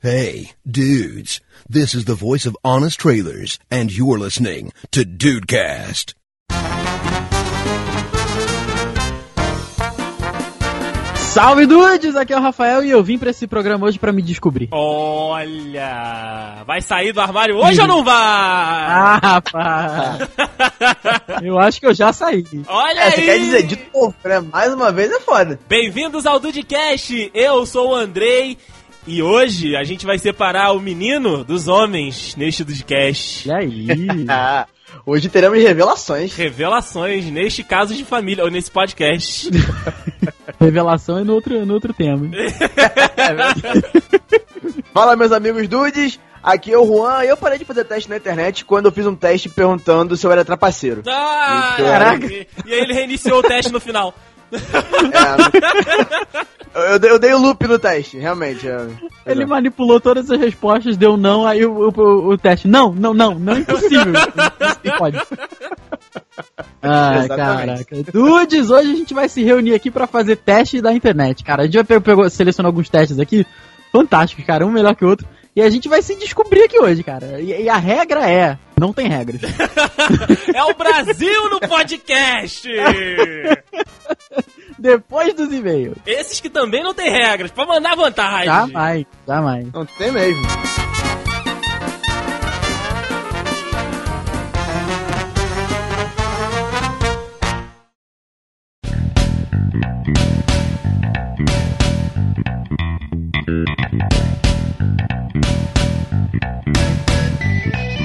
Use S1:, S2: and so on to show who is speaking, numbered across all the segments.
S1: Hey, dudes, this is the voice of Honest Trailers, and you're listening to Dudecast.
S2: Salve dudes, aqui é o Rafael e eu vim pra esse programa hoje pra me descobrir.
S3: Olha! Vai sair do armário hoje ou não vai?
S2: Ah, rapaz! eu acho que eu já saí.
S3: Olha
S4: É,
S3: aí!
S4: você quer dizer de novo, né? Mais uma vez é foda.
S3: Bem-vindos ao Dudecast! Eu sou o Andrei e hoje a gente vai separar o menino dos homens neste Dudecast.
S2: Olha aí!
S4: Ah, hoje teremos revelações.
S3: Revelações neste caso de família, ou nesse podcast.
S2: Revelação é no outro, no outro tema. hein?
S4: Fala, meus amigos dudes. Aqui é o Juan. Eu parei de fazer teste na internet quando eu fiz um teste perguntando se eu era trapaceiro.
S3: Ah,
S4: Caraca.
S3: E, e aí ele reiniciou o teste no final.
S4: É, eu, eu dei- eu dei o loop no teste, realmente. é.
S2: Ele manipulou todas as respostas, deu não, aí o, o- o teste. Não, não, não, não, é impossível. Não pode. Ai,
S4: Exatamente.
S2: caraca. Dudes, hoje a gente vai se reunir aqui pra fazer teste da internet, cara. A gente vai pe- pegou, selecionar alguns testes aqui, fantásticos, cara, um melhor que o outro. E a gente vai se descobrir aqui hoje, cara. E, e a regra é, não tem regras.
S3: É o Brasil no podcast!
S2: Depois dos e-mails.
S3: Esses que também não tem regras, pra mandar vantagem.
S4: Tá,
S2: Jamais, jamais.
S4: Não tem mesmo.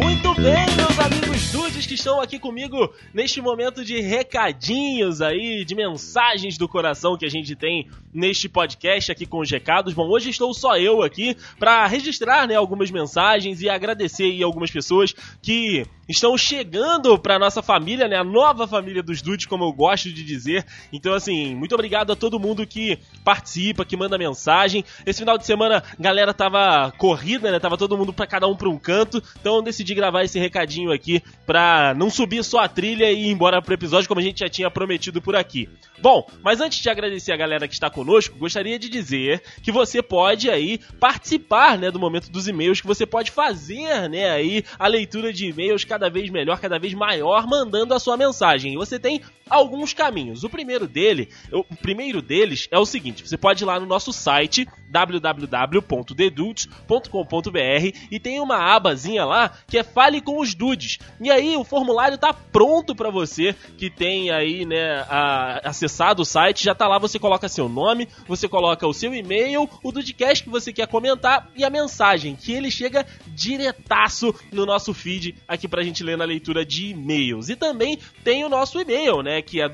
S3: Muito bem, meus amigos dudes que estão aqui comigo neste momento de recadinhos aí, de mensagens do coração que a gente tem neste podcast aqui com os recados. Bom, hoje estou só eu aqui para registrar, né, algumas mensagens e agradecer aí algumas pessoas que estão chegando para nossa família, né, a nova família dos dudes, como eu gosto de dizer. Então, assim, muito obrigado a todo mundo que participa, que manda mensagem. Esse final de semana, a galera tava corrida, né? Tava todo mundo pra cada um pra um canto. Então eu decidi gravar esse recadinho aqui pra não subir só a trilha e ir embora pro episódio, como a gente já tinha prometido por aqui. Bom, mas antes de agradecer a galera que está conosco, gostaria de dizer que você pode aí participar, né, do momento dos e-mails, que você pode fazer, né, aí a leitura de e-mails cada vez melhor, cada vez maior, mandando a sua mensagem. E você tem alguns caminhos. O primeiro dele, o primeiro deles é o seguinte: você pode ir lá no nosso site www.dedudes.com.br e tem uma abazinha lá que é Fale com os Dudes. E aí o formulário tá pronto para você que tem aí, né, a- acessado o site, já tá lá, você coloca seu nome, você coloca o seu e-mail, o Dudecast que você quer comentar e a mensagem, que ele chega diretaço no nosso feed aqui pra gente ler na leitura de e-mails. E também tem o nosso e-mail, né, que é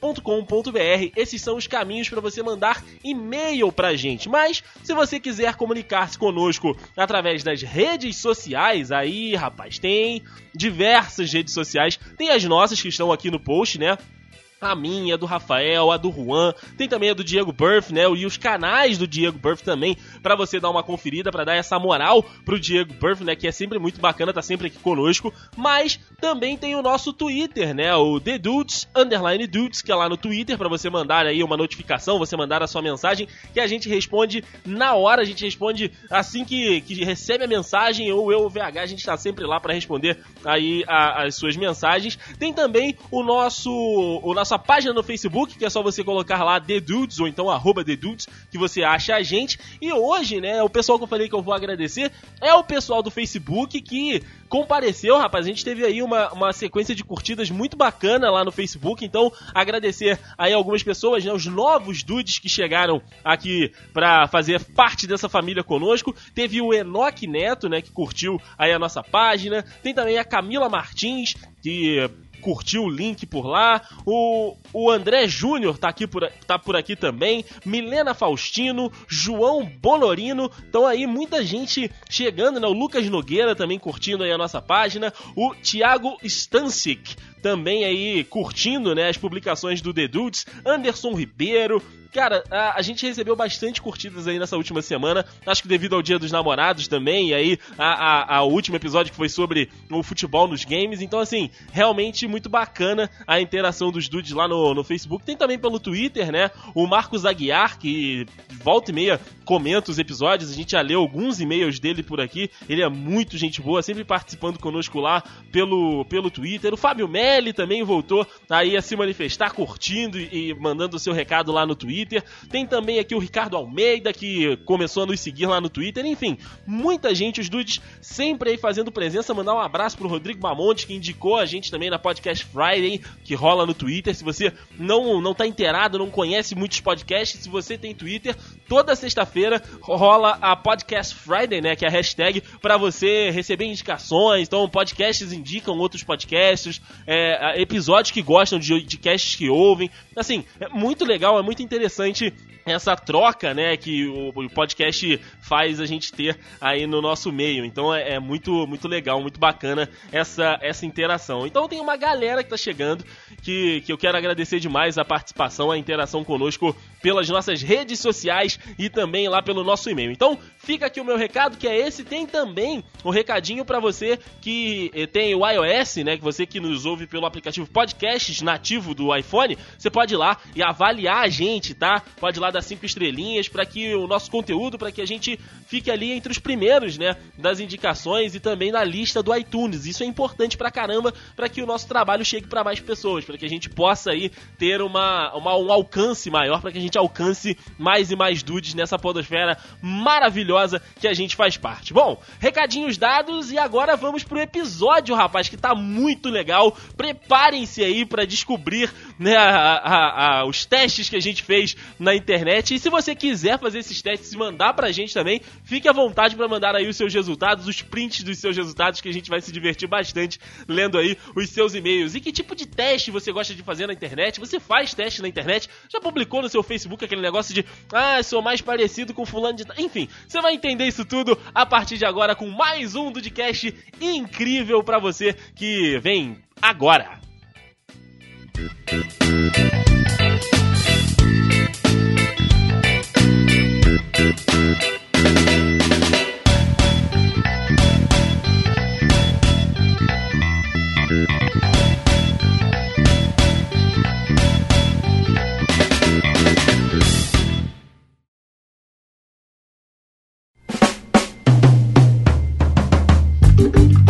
S3: dudcast@dedultos.com.br. Esses são os caminhos pra você mandar e-mail pra gente. Mas se você quiser comunicar-se conosco através das redes sociais, aí, rapaz, tem diversas redes sociais. Tem as nossas que estão aqui no post, né? A minha, a do Rafael, a do Juan, tem também a do Diego Burff, né? E os canais do Diego Burff também, pra você dar uma conferida, pra dar essa moral pro Diego Burff, né? Que é sempre muito bacana, tá sempre aqui conosco. Mas também tem o nosso Twitter, né? O The Dudes, underline Dudes, que é lá no Twitter, pra você mandar aí uma notificação, você mandar a sua mensagem, que a gente responde na hora, a gente responde assim que, que recebe a mensagem, ou eu, o VH, a gente tá sempre lá pra responder aí a- as suas mensagens. Tem também o nosso o nossa página no Facebook, que é só você colocar lá The Dudes, ou então arroba The Dudes, que você acha a gente. E hoje, né, o pessoal que eu falei que eu vou agradecer é o pessoal do Facebook que compareceu, rapaz. A gente teve aí uma, uma sequência de curtidas muito bacana lá no Facebook, então agradecer aí algumas pessoas, né, os novos dudes que chegaram aqui pra fazer parte dessa família conosco. Teve o Enoque Neto, né, que curtiu aí a nossa página. Tem também a Camila Martins, que curtiu o link por lá. O, o André Júnior tá, aqui por, tá por aqui também. Milena Faustino, João Bonorino. Então aí muita gente chegando, né? O Lucas Nogueira também curtindo aí a nossa página. O Thiago Stancic também aí curtindo né, as publicações do The Dudes, Anderson Ribeiro. Cara, a, a gente recebeu bastante curtidas aí nessa última semana, acho que devido ao Dia dos Namorados também, e aí a, a, a último episódio que foi sobre o futebol nos games. Então, assim, realmente muito bacana a interação dos dudes lá no, no Facebook. Tem também pelo Twitter, né? O Marcos Aguiar, que volta e meia comenta os episódios. A gente já leu alguns e-mails dele por aqui. Ele é muito gente boa, sempre participando conosco lá pelo, pelo Twitter. O Fábio Melli também voltou aí a se manifestar, curtindo e, e mandando o seu recado lá no Twitter. Tem também aqui o Ricardo Almeida, que começou a nos seguir lá no Twitter. Enfim, muita gente, os dudes sempre aí fazendo presença. Mandar um abraço pro Rodrigo Mamonte, que indicou a gente também na Podcast Friday, que rola no Twitter. Se você não, não tá inteirado, não conhece muitos podcasts, se você tem Twitter, toda sexta-feira rola a Podcast Friday, né? Que é a hashtag para você receber indicações. Então, podcasts indicam outros podcasts, é, episódios que gostam de, de casts que ouvem. Assim, é muito legal, é muito interessante essa troca, né, que o o podcast faz a gente ter aí no nosso meio. Então é, é muito muito legal, muito bacana essa essa interação. Então tem uma galera que tá chegando que, que eu quero agradecer demais a participação, a interação conosco pelas nossas redes sociais e também lá pelo nosso e-mail. Então fica aqui o meu recado que é esse. Tem também o recadinho para você que eh, tem o iOS, né, que você que nos ouve pelo aplicativo Podcasts nativo do iPhone, você pode ir lá e avaliar a gente, tá? Pode ir lá dar cinco estrelinhas para que o nosso conteúdo, para que a gente fique ali entre os primeiros, né, das indicações e também na lista do iTunes. Isso é importante pra caramba para que o nosso trabalho chegue para mais pessoas, para que a gente possa aí ter uma, uma- um alcance maior, para que a gente alcance mais e mais dudes nessa podosfera maravilhosa que a gente faz parte. Bom, recadinhos dados e agora vamos pro episódio, rapaz, que tá muito legal. Preparem-se aí para descobrir né, a- a- a- os testes que a gente fez na internet. E se você quiser fazer esses testes e mandar pra gente também, fique à vontade para mandar aí os seus resultados, os prints dos seus resultados, que a gente vai se divertir bastante lendo aí os seus e-mails. E que tipo de teste você gosta de fazer na internet? Você faz teste na internet? Já publicou no seu Facebook aquele negócio de ah, sou mais parecido com fulano de. tal"? Enfim, você vai entender isso tudo a partir de agora com mais um Dudcast incrível pra você que vem agora.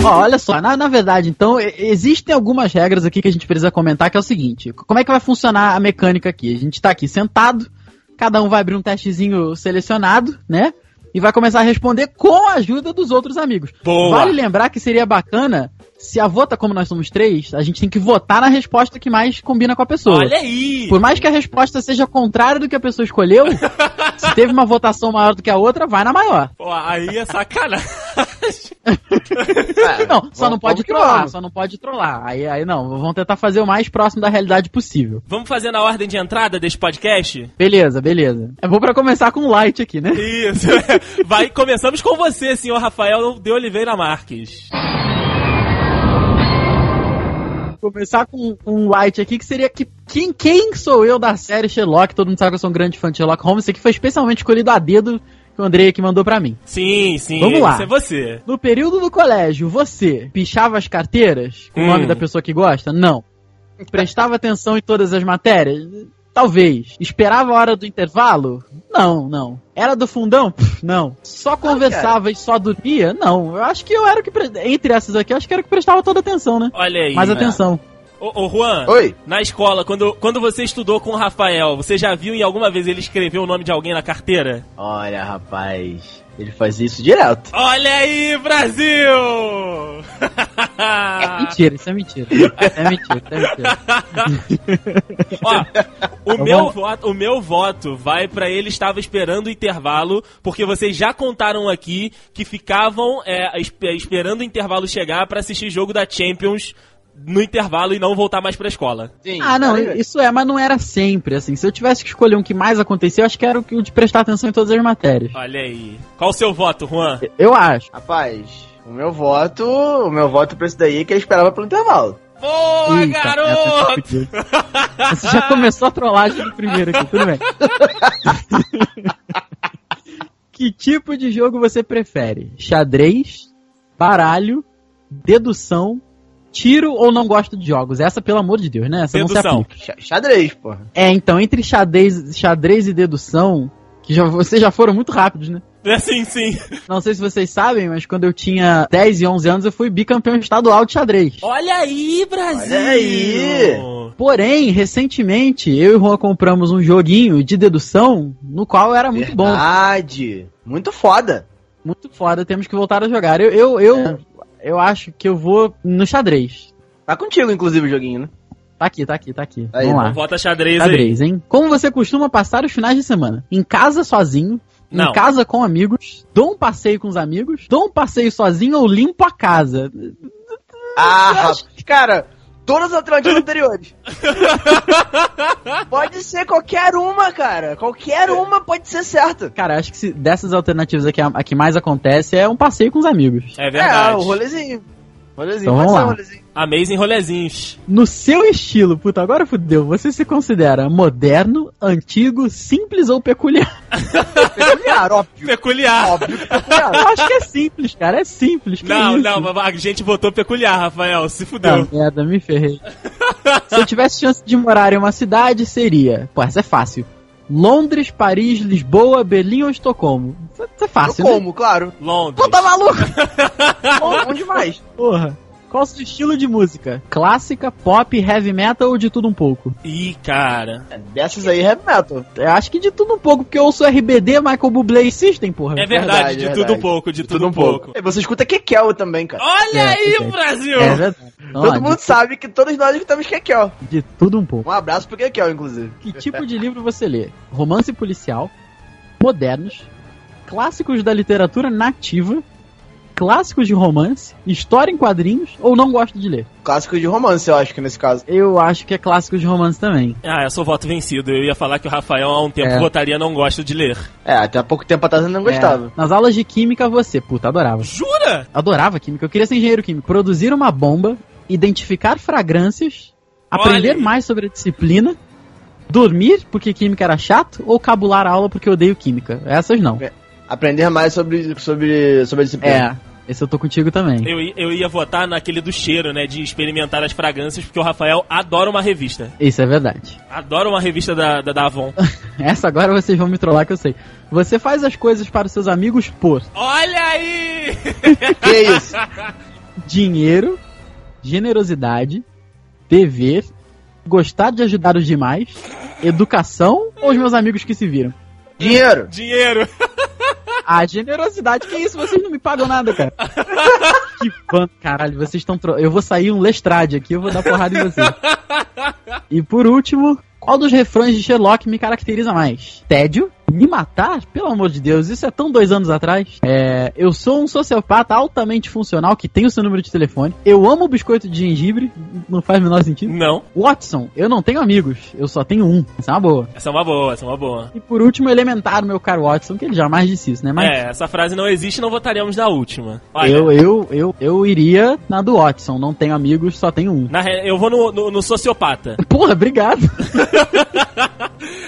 S2: Ó, olha só, na, na verdade, então, e- existem algumas regras aqui que a gente precisa comentar, que é o seguinte: c- como é que vai funcionar a mecânica aqui? A gente tá aqui sentado, cada um vai abrir um testezinho selecionado, né? E vai começar a responder com a ajuda dos outros amigos.
S3: Boa.
S2: Vale lembrar que seria bacana se a vota, como nós somos três, a gente tem que votar na resposta que mais combina com a pessoa.
S3: Olha aí!
S2: Por mais que a resposta seja contrária do que a pessoa escolheu, se teve uma votação maior do que a outra, vai na maior.
S3: Pô, aí é sacanagem.
S2: Não, só
S4: É, vamos-
S2: não pode
S4: vamos que
S2: trollar,
S4: vamos.
S2: só não pode trollar. Aí, aí não, vão tentar fazer o mais próximo da realidade possível.
S3: Vamos fazer na ordem de entrada desse podcast?
S2: Beleza, beleza. É bom pra começar com light aqui, né?
S3: Isso. Vai, começamos com você, senhor Rafael de Oliveira Marques.
S2: Começar com um light aqui que seria que quem, quem sou eu da série Sherlock? Todo mundo sabe que eu sou um grande fã de Sherlock Holmes. Esse aqui foi especialmente escolhido a dedo que o Andrei aqui mandou pra mim.
S3: Sim, sim.
S2: Vamos lá.
S3: Isso é você.
S2: No período do colégio, você pichava as carteiras com
S3: Hum.
S2: o nome da pessoa que gosta? Não. Prestava atenção em todas as matérias? Talvez. Esperava a hora do intervalo? Não, não. Era do fundão? Pff, não. Só conversava e só dormia? Não. Eu acho que eu era o que. pre- Entre essas aqui, eu acho que era o que prestava toda atenção, né?
S3: Olha aí.
S2: Mais
S3: né?
S2: atenção.
S3: Ô, ô, Juan,
S4: Oi.
S3: na escola, quando, quando você estudou com o Rafael, você já viu em alguma vez ele escrever o nome de alguém na carteira?
S4: Olha, rapaz, ele fazia isso direto.
S3: Olha aí, Brasil! Ah.
S2: É mentira, isso é mentira. Isso é mentira, isso é mentira.
S3: Ó, o
S2: Tá
S3: meu,
S2: bom?
S3: voto, o meu voto vai pra ele estava esperando o intervalo, porque vocês já contaram aqui que ficavam é, es- é, esperando o intervalo chegar pra assistir jogo da Champions no intervalo e não voltar mais pra escola.
S4: Sim,
S2: Ah, não,
S4: cara,
S2: isso é, mas não era sempre, assim. Se eu tivesse que escolher um que mais acontecia, eu acho que era o que- o de prestar atenção em todas as matérias.
S3: Olha aí. Qual o seu voto, Juan?
S2: Eu acho.
S4: Rapaz, o meu voto, o meu voto pra isso daí é que eu esperava pelo intervalo.
S3: Boa,
S2: Ih, cara,
S3: garoto!
S2: essa- Você já começou a trollagem no primeiro aqui, tudo bem. que tipo de jogo você prefere? Xadrez, baralho, dedução, tiro ou não gosta de jogos? Essa, pelo amor de Deus, né? Essa não se
S3: Dedução.
S2: aplica.
S4: Xa- Xadrez, porra.
S2: É, então, entre xadrez, xadrez e dedução, que já, vocês já foram muito rápidos, né?
S3: É sim, sim.
S2: Não sei se vocês sabem, mas quando eu tinha 10 e 11 anos, eu fui bicampeão estadual de xadrez.
S3: Olha aí, Brasil!
S4: Olha aí!
S2: Porém, recentemente, eu e o Juan compramos um joguinho de dedução, no qual eu era muito bom.
S4: Verdade. Muito foda.
S2: Muito foda, temos que voltar a jogar. Eu, eu, eu,
S4: É.
S2: eu acho que eu vou no xadrez.
S4: Tá contigo, inclusive, o joguinho, né?
S2: Tá aqui, tá aqui, tá aqui.
S4: Aí,
S2: Vamos lá.
S3: Bota xadrez aí.
S2: Xadrez, hein? Como você costuma passar os finais de semana? Em casa sozinho?
S3: Não.
S2: Em casa com amigos? Dou um passeio com os amigos? Dou um passeio sozinho ou limpo a casa?
S4: Ah, rapaz. Cara, todas as alternativas anteriores. pode ser qualquer uma, cara. Qualquer uma pode ser certa.
S2: Cara, acho que se- dessas alternativas aqui, a, a que mais acontece é um passeio com os amigos.
S3: É verdade.
S4: É, o rolezinho. Rolezinho,
S2: Então
S4: pode
S2: vamos
S4: ser
S2: lá.
S4: um rolezinho.
S3: Amazing rolezinhos.
S2: No seu estilo, puta, agora fudeu, você se considera moderno, antigo, simples ou peculiar?
S4: Peculiar, óbvio.
S3: Peculiar.
S4: Óbvio que peculiar.
S2: Eu acho que é simples, cara, é simples. que
S3: Não,
S2: isso?
S3: não, a gente botou peculiar, Rafael. Se fudeu.
S2: Tá, merda, me ferrei. Se eu tivesse chance de morar em uma cidade, seria. Pô, essa é fácil. Londres, Paris, Lisboa, Berlim ou Estocolmo? Isso isso é
S4: Eu
S2: fácil, né?
S4: como, claro.
S3: Londres.
S2: Pô, tá maluco?
S4: Bom, bom demais.
S2: Porra. Qual o seu estilo de música? Clássica, pop, heavy metal ou de tudo um pouco?
S3: Ih, cara.
S4: É, Dessas aí, heavy metal.
S2: Eu acho que de tudo um pouco, porque eu ouço RBD, Michael Bublé e System, porra.
S3: É verdade,
S4: verdade,
S3: de
S4: verdade.
S3: tudo um pouco, de, tudo, um pouco.
S4: E Você escuta Kekel também, cara.
S3: Olha
S2: É,
S3: aí,
S2: é.
S3: Brasil!
S2: É verdade. Então, ó,
S4: Todo mundo sabe que todos nós escutamos Kekel.
S2: de, de tudo um pouco.
S4: Um abraço pro Kekel, inclusive.
S2: Que tipo de livro você lê? Romance policial, modernos, clássicos da literatura nativa, clássicos de romance, história em quadrinhos ou não gosto de ler?
S4: Clássico de romance, eu acho que nesse caso.
S2: Eu acho que é clássicos de romance também.
S3: Ah, eu sou voto vencido. Eu ia falar que o Rafael há um tempo
S2: É.
S3: votaria não gosta de ler.
S4: É, até há pouco tempo atrás eu não gostava.
S2: É, nas aulas de química você, puta, adorava.
S3: Jura?
S2: Adorava química, eu queria ser engenheiro químico. Produzir uma bomba, identificar fragrâncias,
S3: Olha
S2: aprender
S3: aí.
S2: mais sobre a disciplina, dormir porque química era chato ou cabular a aula porque eu odeio química. Essas não.
S4: Aprender mais sobre, sobre, sobre a disciplina.
S2: É, esse eu tô contigo também.
S3: Eu, i- eu ia votar naquele do cheiro, né? De experimentar as fragrâncias, porque o Rafael adora uma revista.
S2: Isso é verdade.
S3: Adora uma revista da, da, da Avon.
S2: Essa agora vocês vão me trollar que eu sei. Você faz as coisas para os seus amigos por
S3: Olha aí!
S4: Que isso?
S2: dinheiro, generosidade, dever, gostar de ajudar os demais, educação ou os meus amigos que se viram?
S4: Dinheiro.
S3: Dinheiro!
S2: Ah, generosidade, que isso? Vocês não me pagam nada, cara. que fã, caralho, vocês estão tro... Eu vou sair um lestrade aqui, eu vou dar porrada em vocês. E por último, qual dos refrões de Sherlock me caracteriza mais? Tédio? Me matar? Pelo amor de Deus, isso é tão dois anos atrás. É, eu sou um sociopata altamente funcional que tem o seu número de telefone. Eu amo biscoito de gengibre, não faz o menor sentido.
S3: Não,
S2: Watson, eu não tenho amigos, eu só tenho um. Isso é uma boa.
S3: essa é uma boa, essa é uma boa.
S2: E por último, elementar, meu caro Watson, que ele jamais disse isso, né? Mas
S3: É, essa frase não existe, não votaríamos na última. Olha,
S2: Eu, eu, eu, eu iria na do Watson. Não tenho amigos, só tenho um.
S3: na re- eu vou no, no- no sociopata.
S2: Porra, obrigado.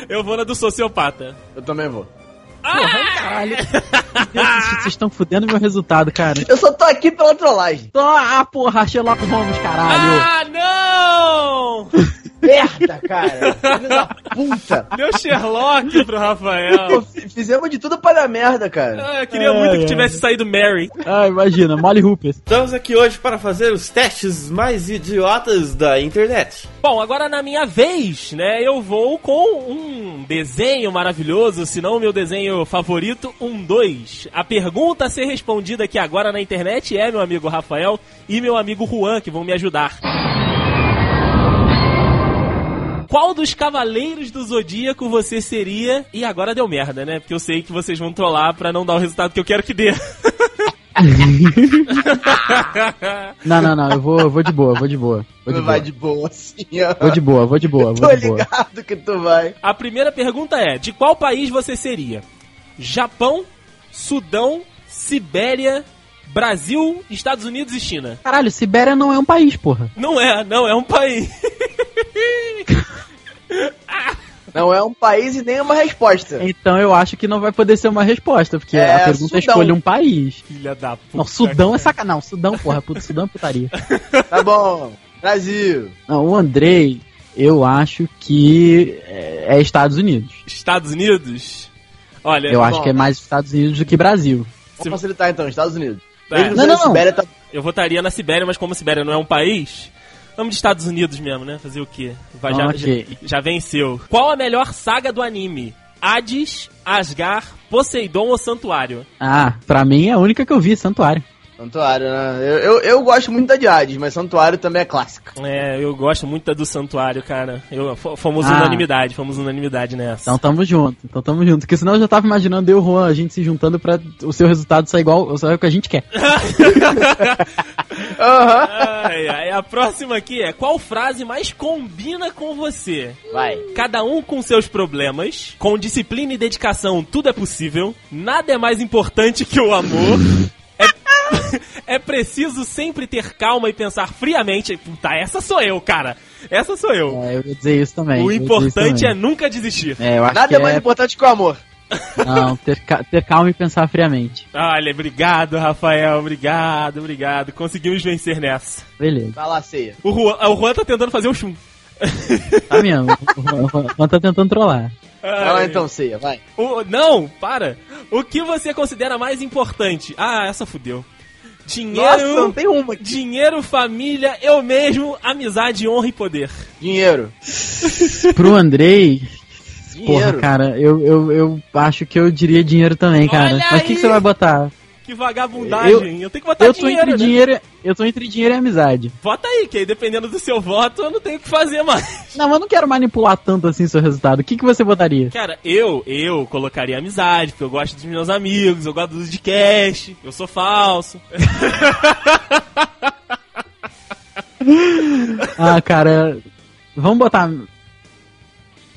S3: Eu vou na do sociopata. Ah,
S4: Eu também vou.
S2: Caralho. Meu Deus, vocês estão fudendo meu resultado, cara.
S4: Eu só tô aqui pela trollagem.
S2: Tô, ah, porra, Sherlock Holmes, caralho.
S3: Ah, não!
S4: Ah, Merda, cara. Filho da puta.
S3: Deu Sherlock pro
S4: Pô,
S3: Rafael.
S4: f- fizemos de tudo para dar merda, cara.
S3: Ah, eu queria muito que tivesse saído Mary.
S2: Ah, imagina, Molly Hooper.
S5: Estamos aqui hoje para fazer os testes mais idiotas da internet.
S3: Bom, agora na minha vez, né, eu vou com um desenho maravilhoso, se não o meu desenho favorito, um dois. A pergunta a ser respondida aqui agora na internet é, meu amigo Rafael e meu amigo Juan, que vão me ajudar. Qual dos cavaleiros do Zodíaco você seria? E agora deu merda, né? Porque eu sei que vocês vão trollar pra não dar o resultado que eu quero que dê.
S2: Não, não, não, eu vou, eu vou de boa, vou de boa. Vou de
S4: Tu vai
S2: boa.
S4: de boa assim, ó.
S2: Vou de boa, vou de boa,
S4: Tô
S2: vou de boa.
S4: ligado que tu vai.
S3: A primeira pergunta é: de qual país você seria? Japão, Sudão, Sibéria Brasil, Estados Unidos e China.
S2: Caralho, Sibéria não é um país, porra.
S3: Não é, não, é um país.
S4: Não é um país e nem uma resposta.
S2: Então eu acho que não vai poder ser uma resposta, porque
S4: É,
S2: a pergunta é
S4: Sudão.
S2: escolha um país.
S3: Filha da puta.
S2: Não, Sudão é sacanagem. Não, Sudão, porra, puto, Sudão é putaria.
S4: Tá bom. Brasil.
S2: Não, o Andrei, eu acho que é é Estados Unidos.
S3: Estados Unidos? Olha,
S2: Eu acho
S4: bom,
S2: que é
S4: né?
S2: mais Estados Unidos do que Brasil.
S3: Se-
S4: Vamos facilitar então, Estados Unidos.
S3: É.
S2: Não,
S4: Mesmo sendo
S2: não, não.
S4: Sibéria, tá...
S3: eu votaria na Sibéria, mas como a Sibéria não é um país, vamos de Estados Unidos mesmo, né? Fazer o quê? Vai, já,
S2: Ok.
S3: já, já venceu. Qual a melhor saga do anime? Hades, Asgar, Poseidon ou Santuário?
S2: Ah, pra mim é a única que eu vi, Santuário.
S4: Santuário, né? Eu, eu, eu gosto muito da de Hades, mas Santuário também é clássica.
S3: É, eu gosto muito da do Santuário, cara. Eu, f- fomos
S2: Ah.
S3: unanimidade, fomos unanimidade nessa.
S2: Então tamo junto, então tamo junto. Porque senão eu já tava imaginando eu e o Juan, a gente se juntando pra o seu resultado sair igual, sair o que a gente quer.
S4: Aham.
S3: Ai, ai, a próxima aqui é: qual frase mais combina com você?
S4: Vai.
S3: Cada um com seus problemas, com disciplina e dedicação tudo é possível, nada é mais importante que o amor. É, é preciso sempre ter calma e pensar friamente. Puta, essa sou eu, cara. Essa sou eu.
S2: É, eu ia dizer isso também.
S3: o importante é nunca desistir.
S2: é. É, eu acho
S4: Nada
S2: que é
S4: é mais importante que o amor.
S2: Não, ter, ca- ter calma e pensar friamente.
S3: Olha, obrigado, Rafael. Obrigado, obrigado. Conseguimos vencer nessa.
S2: Beleza,
S4: Vai lá, ceia.
S3: O Juan, o Juan tá tentando fazer o chum.
S2: tá mesmo. O Juan- o Juan- o Juan tá tentando trollar.
S4: Vai lá
S3: Ai.
S4: então, ceia, vai.
S3: O- não, para. O que você considera mais importante? Ah, essa fudeu.
S4: Nossa, não
S3: Dinheiro,
S4: tem uma aqui.
S3: dinheiro, família, eu mesmo, amizade, honra e poder.
S4: Dinheiro.
S2: Pro Andrei,
S4: Dinheiro.
S2: porra, cara, eu, eu, eu acho que eu diria dinheiro também, cara.
S3: Olha
S2: Mas o que,
S3: aí!
S2: que você vai botar?
S3: Que vagabundagem. Eu, tenho que botar
S2: eu tô
S3: dinheiro,
S2: entre
S3: né?
S2: dinheiro. Eu tô entre dinheiro e amizade.
S3: Vota aí, que aí dependendo do seu voto, eu não tenho o que fazer mais.
S2: Não, mas eu não quero manipular tanto assim seu resultado. O que, que você botaria?
S3: Cara, eu, eu colocaria amizade, porque eu gosto dos meus amigos, eu gosto dos de cash, eu sou falso.
S2: Ah, cara. Vamos botar.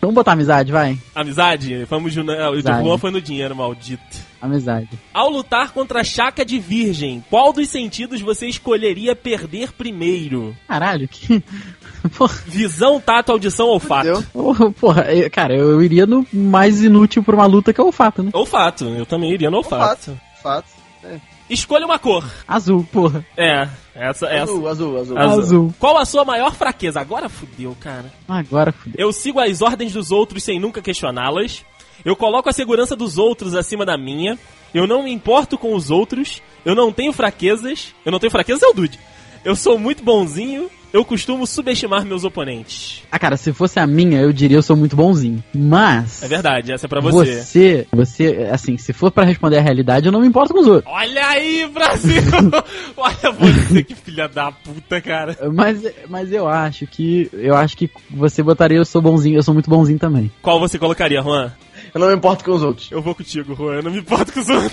S2: Vamos botar amizade, vai.
S3: Amizade, vamos de, ah, o de
S2: Amizade.
S3: Juan foi no dinheiro, maldito.
S2: Amizade.
S3: Ao lutar contra a chaca de virgem, qual dos sentidos você escolheria perder primeiro?
S2: Caralho, que. Porra,
S3: Visão, tato, audição ou fato?
S4: Fudeu.
S2: porra, porra, eu- cara, eu iria no mais inútil pra uma luta que é o fato, né?
S3: Olfato, eu também iria no olfato.
S4: Fato. Fato. É,
S3: Escolha uma cor.
S2: Azul, porra.
S3: É, essa, essa.
S4: Azul, azul, azul.
S2: Azul.
S3: Qual a sua maior fraqueza? Agora fudeu, cara.
S2: Agora fudeu.
S3: Eu sigo as ordens dos outros sem nunca questioná-las. Eu coloco a segurança dos outros acima da minha. Eu não me importo com os outros. Eu não tenho fraquezas. Eu não tenho fraquezas, é o Dude. Eu sou muito bonzinho. Eu costumo subestimar meus oponentes.
S2: Ah, cara, se fosse a minha, eu diria eu sou muito bonzinho. Mas.
S3: É verdade, essa é pra você.
S2: Você, você, assim, se for pra responder a realidade, eu não me importo com os outros.
S3: Olha aí, Brasil! Olha você, que filha da puta, cara.
S2: Mas, mas eu acho que. Eu acho que você botaria eu sou bonzinho, eu sou muito bonzinho também.
S3: Qual você colocaria, Juan?
S4: Eu não me importo com os outros.
S3: Eu vou contigo, Juan. Eu não me importo com os outros.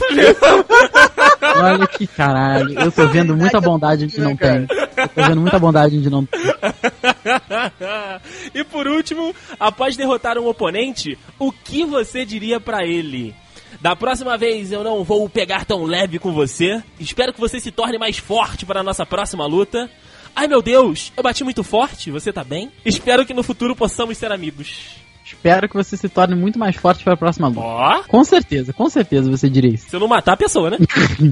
S2: Olha que caralho. Eu tô vendo muita bondade onde não tem. Eu tô vendo muita bondade onde não tem.
S3: e por último, após derrotar um oponente, o que você diria pra ele? Da próxima vez eu não vou pegar tão leve com você. Espero que você se torne mais forte para a nossa próxima luta. Ai meu Deus, eu bati muito forte, você tá bem? Espero que no futuro possamos ser amigos.
S2: Espero que você se torne muito mais forte pra próxima luta.
S3: Ó,
S2: Com certeza, com certeza você diria isso.
S3: se eu não matar a pessoa, né?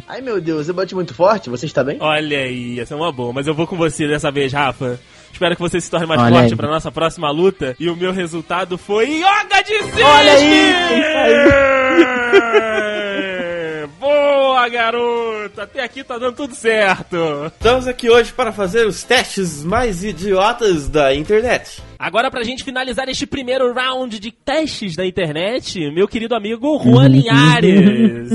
S4: Ai meu Deus, eu bati muito forte, você está bem?
S3: Olha aí, essa é uma boa, mas eu vou com você dessa vez, Rafa. Espero que você se torne mais
S2: Olha
S3: forte
S2: aí.
S3: pra nossa próxima luta. E o meu resultado foi Yoga de Cisne!
S2: Olha aí, isso
S3: Boa, garoto! Até aqui tá dando tudo certo.
S5: Estamos aqui hoje para fazer os testes mais idiotas da internet.
S3: Agora, pra gente finalizar este primeiro round de testes da internet, meu querido amigo Juan Linhares.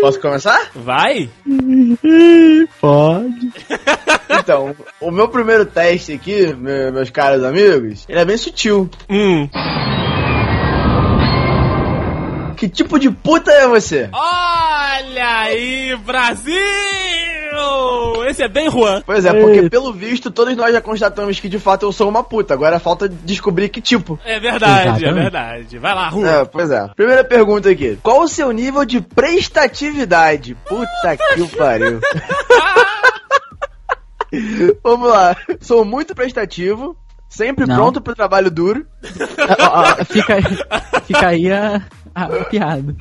S4: Posso começar?
S3: Vai?
S2: Pode.
S4: Então, o meu primeiro teste aqui, me- meus caros amigos, ele é bem sutil.
S3: Hum.
S4: Que tipo de puta é você?
S3: Olha aí, Brasil! Então esse é bem Juan.
S4: Pois é, porque
S2: Eita.
S4: pelo visto todos nós já constatamos que de fato eu sou uma puta. Agora falta descobrir que tipo.
S3: É verdade, é
S2: Exatamente.
S3: verdade. Vai lá, Juan.
S4: É, pois é. Primeira pergunta aqui. Qual o seu nível de prestatividade? Puta que o pariu. Vamos lá. Sou muito prestativo, sempre
S2: Não.
S4: pronto pro trabalho duro. Ah,
S2: Ó, ó, fica, aí- fica aí a, a, a piada.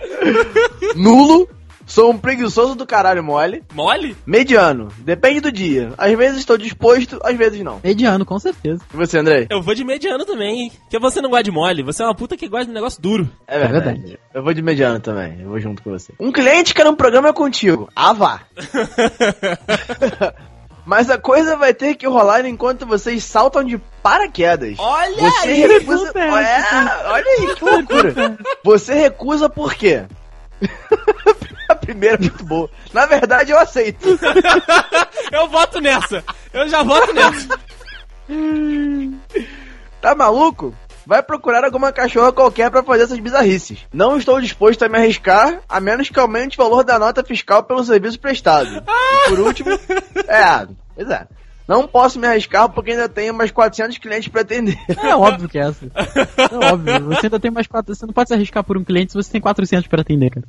S4: nulo. Sou um preguiçoso do caralho mole.
S3: Mole?
S4: Mediano. Depende do dia. Às vezes estou disposto, às vezes não.
S2: Mediano, com certeza.
S4: E você, Andrei?
S3: Eu vou de mediano também, hein? Porque você não gosta de mole, você é uma puta que gosta de negócio duro.
S4: É
S2: verdade.
S4: Eu vou de mediano também. Eu vou junto com você. Um cliente quer um programa contigo. Ah, vá. Mas a coisa vai ter que rolar enquanto vocês saltam de paraquedas.
S3: Olha
S4: Você
S3: aí!
S4: recusa.
S2: puta,
S4: É, olha aí, que loucura. Você recusa por quê? a primeira é muito boa. Na verdade, eu aceito.
S3: Eu voto nessa! Eu já voto nessa!
S4: Tá maluco? Vai procurar alguma cachorra qualquer pra fazer essas bizarrices. Não estou disposto a me arriscar, a menos que aumente o valor da nota fiscal pelo serviço prestado. E por último, é, pois é. Não posso me arriscar porque ainda tenho mais 400 clientes pra atender.
S2: É óbvio que é essa. É óbvio. Você ainda tem mais quatro. Você não pode se arriscar por um cliente se você tem 400 pra atender, cara.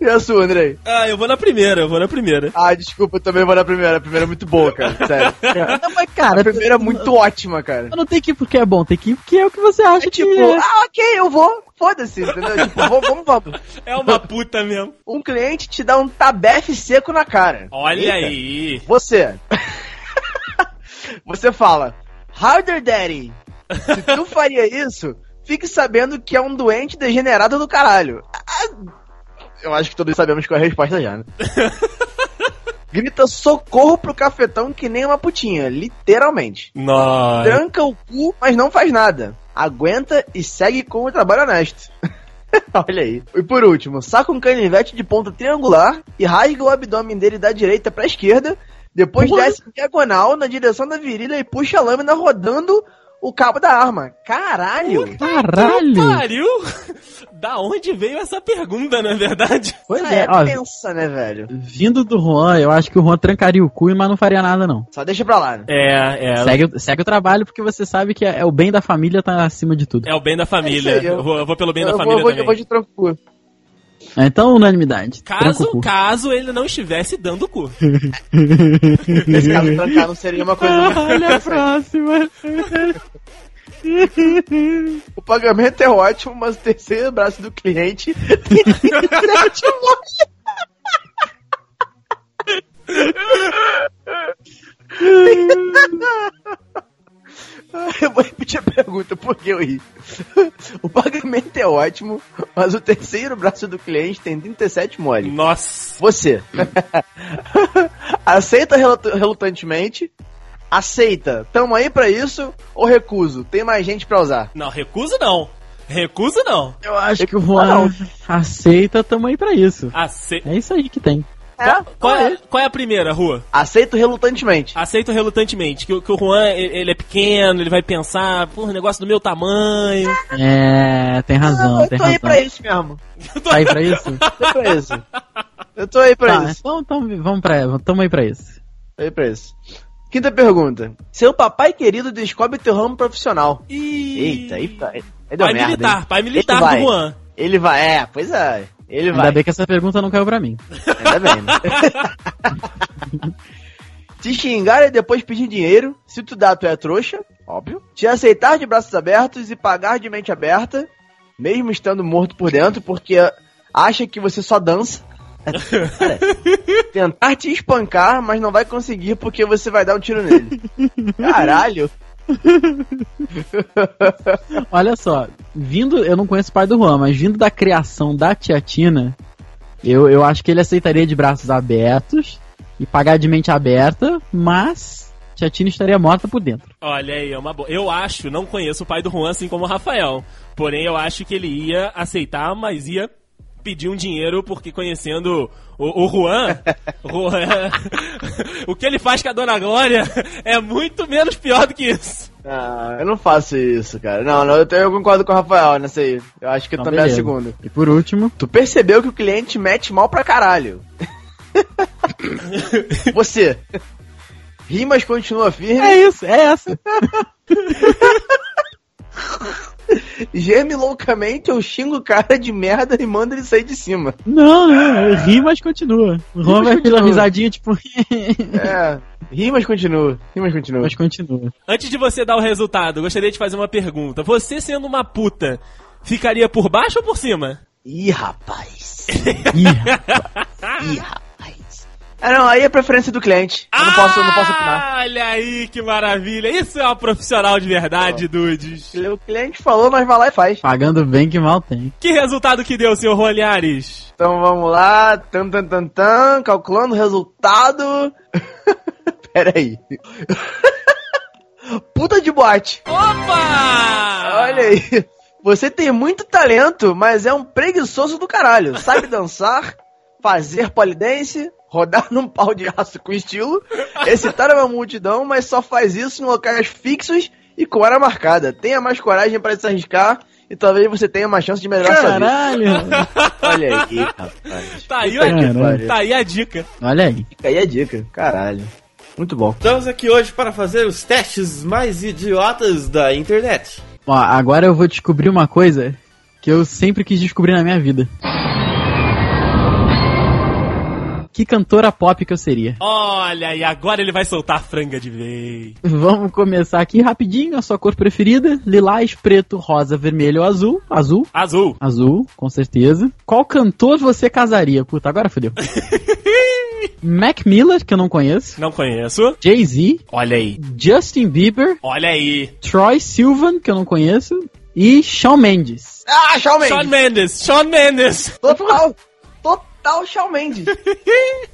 S4: E a sua, Andrei?
S3: Ah, eu vou na primeira, eu vou na primeira.
S4: Ah, desculpa, eu também vou na primeira. A primeira é muito boa, cara. Sério.
S2: Não, mas,
S4: A
S2: cara, tu
S4: primeira é muito ótima, cara.
S2: tu não tem que ir porque é bom, tem que ir porque é o que você acha
S4: É tipo,
S2: que é.
S4: ah, ok, eu vou. Foda-se, entendeu? Tipo, vou- vamos, vamos.
S3: É uma puta mesmo.
S4: Um cliente te dá um tabefe seco na cara.
S3: Olha
S4: Eita.
S3: aí!
S4: Você. Você fala, Harder Daddy, se tu faria isso, fique sabendo que é um doente degenerado do caralho. Ah, Eu acho que todos sabemos qual é a resposta já, né? Grita socorro pro cafetão que nem uma putinha, literalmente.
S3: Nossa!
S4: Tranca o cu, mas não faz nada. Aguenta e segue com o trabalho honesto. Olha aí. E por último, saca um canivete de ponta triangular e rasga o abdômen dele da direita pra esquerda. Depois
S2: Porra.
S4: desce diagonal na direção da virilha e puxa a lâmina rodando o cabo da arma.
S2: ah,
S4: Caralho!
S2: Caralho!
S3: Pariu! Da onde veio essa pergunta, não é verdade?
S2: Pois
S4: Essa
S2: é, ó.
S4: tensa, né, velho?
S2: Vindo do Juan, eu acho que o Juan trancaria o cu, mas não faria nada, não.
S4: Só deixa pra lá, né?
S3: É, é.
S2: Segue, o- segue o trabalho porque você sabe que é, é o bem da família tá acima de tudo.
S3: É o bem da família.
S4: É isso aí, eu-
S3: eu, vou, eu vou pelo bem da
S4: eu, vou,
S3: família
S4: eu vou-
S3: também.
S4: eu vou de tranco.
S2: É, Então, unanimidade. Tranca o
S3: Caso,
S2: cu.
S3: caso ele não estivesse dando o cu.
S4: Esse cara trancar não seria uma coisa muito
S2: Olha a próxima.
S4: O pagamento é ótimo, mas o terceiro braço do cliente tem que ser ativado. Eu vou repetir a pergunta, por que eu ri? O pagamento é ótimo, mas o terceiro braço do cliente tem 37 mole.
S3: Nossa!
S4: Você aceita relut- relutantemente, aceita, tamo aí pra isso, ou recuso, tem mais gente pra usar.
S3: Não, recuso não. Recuso não.
S2: Eu acho que o Juan aceita também pra isso.
S3: Ace...
S2: É isso aí que tem.
S4: É?
S3: Qual, é, qual é a primeira, Rua?
S4: Aceito relutantemente.
S3: Aceito relutantemente. Que, o- que o Juan, ele ele é pequeno, ele vai pensar, pô, um negócio do meu tamanho.
S2: É, tem razão,
S4: Ah, eu
S2: tem
S4: tô aí
S2: razão.
S4: pra isso mesmo.
S2: Tá aí pra isso?
S4: Eu tô pra isso. Eu tô aí pra
S2: Tá, né?
S4: isso.
S2: então, então vamos pra, tamo aí pra isso.
S4: Tô aí pra isso. Quinta pergunta. Seu papai querido descobre teu ramo profissional.
S3: E...
S4: Eita, aí, fica- aí deu
S3: Pai
S4: merda,
S3: militar,
S4: hein?
S3: pai militar
S4: Ele vai.
S3: do Juan.
S4: Ele vai, é, pois é. Ele
S2: Ainda
S4: vai.
S2: bem que essa pergunta não caiu pra mim.
S4: Ainda bem. né? Te xingar e depois pedir dinheiro. Se tu dá, tu é trouxa. Óbvio. Te aceitar de braços abertos e pagar de mente aberta. Mesmo estando morto por dentro, porque acha que você só dança. É, Cara, Tentar te espancar, mas não vai conseguir porque você vai dar um tiro nele. Caralho.
S2: Olha só, vindo, eu não conheço o pai do Juan, mas vindo da criação da tia Tina, eu, eu acho que ele aceitaria de braços abertos e pagar de mente aberta, mas tia Tina estaria morta por dentro.
S3: Olha aí, é uma boa. Eu acho, não conheço o pai do Juan assim como o Rafael. Porém, eu acho que ele ia aceitar, mas ia pedir um dinheiro, porque conhecendo o, o Juan, o Juan- o que ele faz com a Dona Glória é muito menos pior do que isso.
S4: Ah, eu não faço isso, cara. Não, não eu, tenho- eu concordo com o Rafael nessa aí. Eu acho que
S2: Então,
S4: também é a
S2: beleza.
S4: segunda.
S2: E por último,
S4: Tu percebeu que o cliente mete mal pra caralho. Você. Rimas continua firme,
S2: É isso, é essa.
S4: geme loucamente, eu xingo o cara de merda e mando ele sair de cima.
S2: Não, não, ri, mas continua. O Ron vai pela
S4: continua.
S2: risadinha, tipo,
S4: É, rimas continua, rimas continua.
S2: mas continua.
S3: Antes de você dar o resultado, eu gostaria de fazer uma pergunta. Você sendo uma puta, ficaria por baixo ou por cima?
S4: Ih, rapaz.
S2: Ih,
S4: Ih, rapaz. Ah, não, aí é preferência do cliente. Eu não posso, eu não posso opinar.
S3: Ah, Olha aí que maravilha. Isso é uma profissional de verdade, dudes.
S4: Se O cliente falou, nós vai lá e faz.
S2: pagando bem que mal tem.
S3: Que resultado que deu, senhor Roliares?
S4: Então vamos lá, tan tan tan tan, calculando o resultado. Pera aí. Puta de boate.
S3: Opa!
S4: Olha aí. Você tem muito talento, mas é um preguiçoso do caralho. Sabe dançar, fazer polidense, rodar num pau de aço com estilo, excitar uma multidão, mas só faz isso em locais fixos e com hora marcada. Tenha mais coragem para se arriscar e talvez você tenha uma chance de melhorar sua vida.
S2: Caralho!
S4: Olha aí, rapaz.
S3: Tá aí,
S4: Puta que
S3: a,
S4: pariu.
S3: tá aí a dica.
S2: Olha aí.
S4: Fica aí a dica. Caralho. Muito bom.
S5: Estamos aqui hoje para fazer os testes mais idiotas da internet.
S2: Ó, agora eu vou descobrir uma coisa que eu sempre quis descobrir na minha vida. Que cantora pop que eu seria?
S3: Olha aí, agora ele vai soltar a franga de vez.
S2: Vamos começar aqui rapidinho, a sua cor preferida, lilás, preto, rosa, vermelho ou azul. Azul.
S3: Azul.
S2: Azul, com certeza. Qual cantor você casaria? Puta, agora fodeu. Mac Miller, que eu não conheço.
S3: Não conheço.
S2: Jay-Z.
S3: Olha aí.
S2: Justin Bieber.
S3: Olha aí.
S2: Troy Sylvan, que eu não conheço. E Shawn Mendes.
S4: Ah, Shawn Mendes.
S3: Shawn Mendes. Shawn Mendes.
S4: Total. Total Shawn Mendes.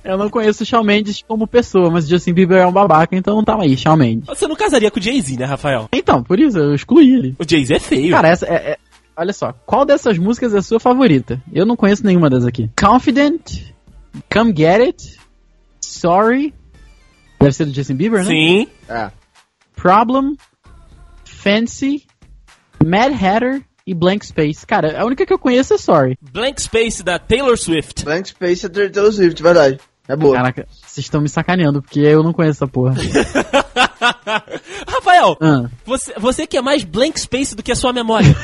S2: Eu não conheço o Shawn Mendes como pessoa, mas Justin Bieber é um babaca, então tá aí, Shawn Mendes.
S3: Você não casaria com o Jay-Z, né, Rafael?
S2: Então, por isso, eu excluí ele.
S3: O Jay-Z é feio.
S2: Cara, essa é, é- Olha só, qual dessas músicas é a sua favorita? Eu não conheço nenhuma das aqui. Confident, Come Get It, Sorry, deve ser do Justin Bieber, né?
S3: Sim.
S4: Ah.
S2: Problem, Fancy, Mad Hatter e Blank Space. Cara, a única que eu conheço é Sorry.
S3: Blank Space da Taylor Swift.
S4: Blank Space é do Taylor Swift, verdade. É boa.
S2: Caraca, vocês estão me sacaneando, porque eu não conheço essa porra.
S3: Rafael,
S2: Ah,
S3: você, você que é mais Blank Space do que a sua memória.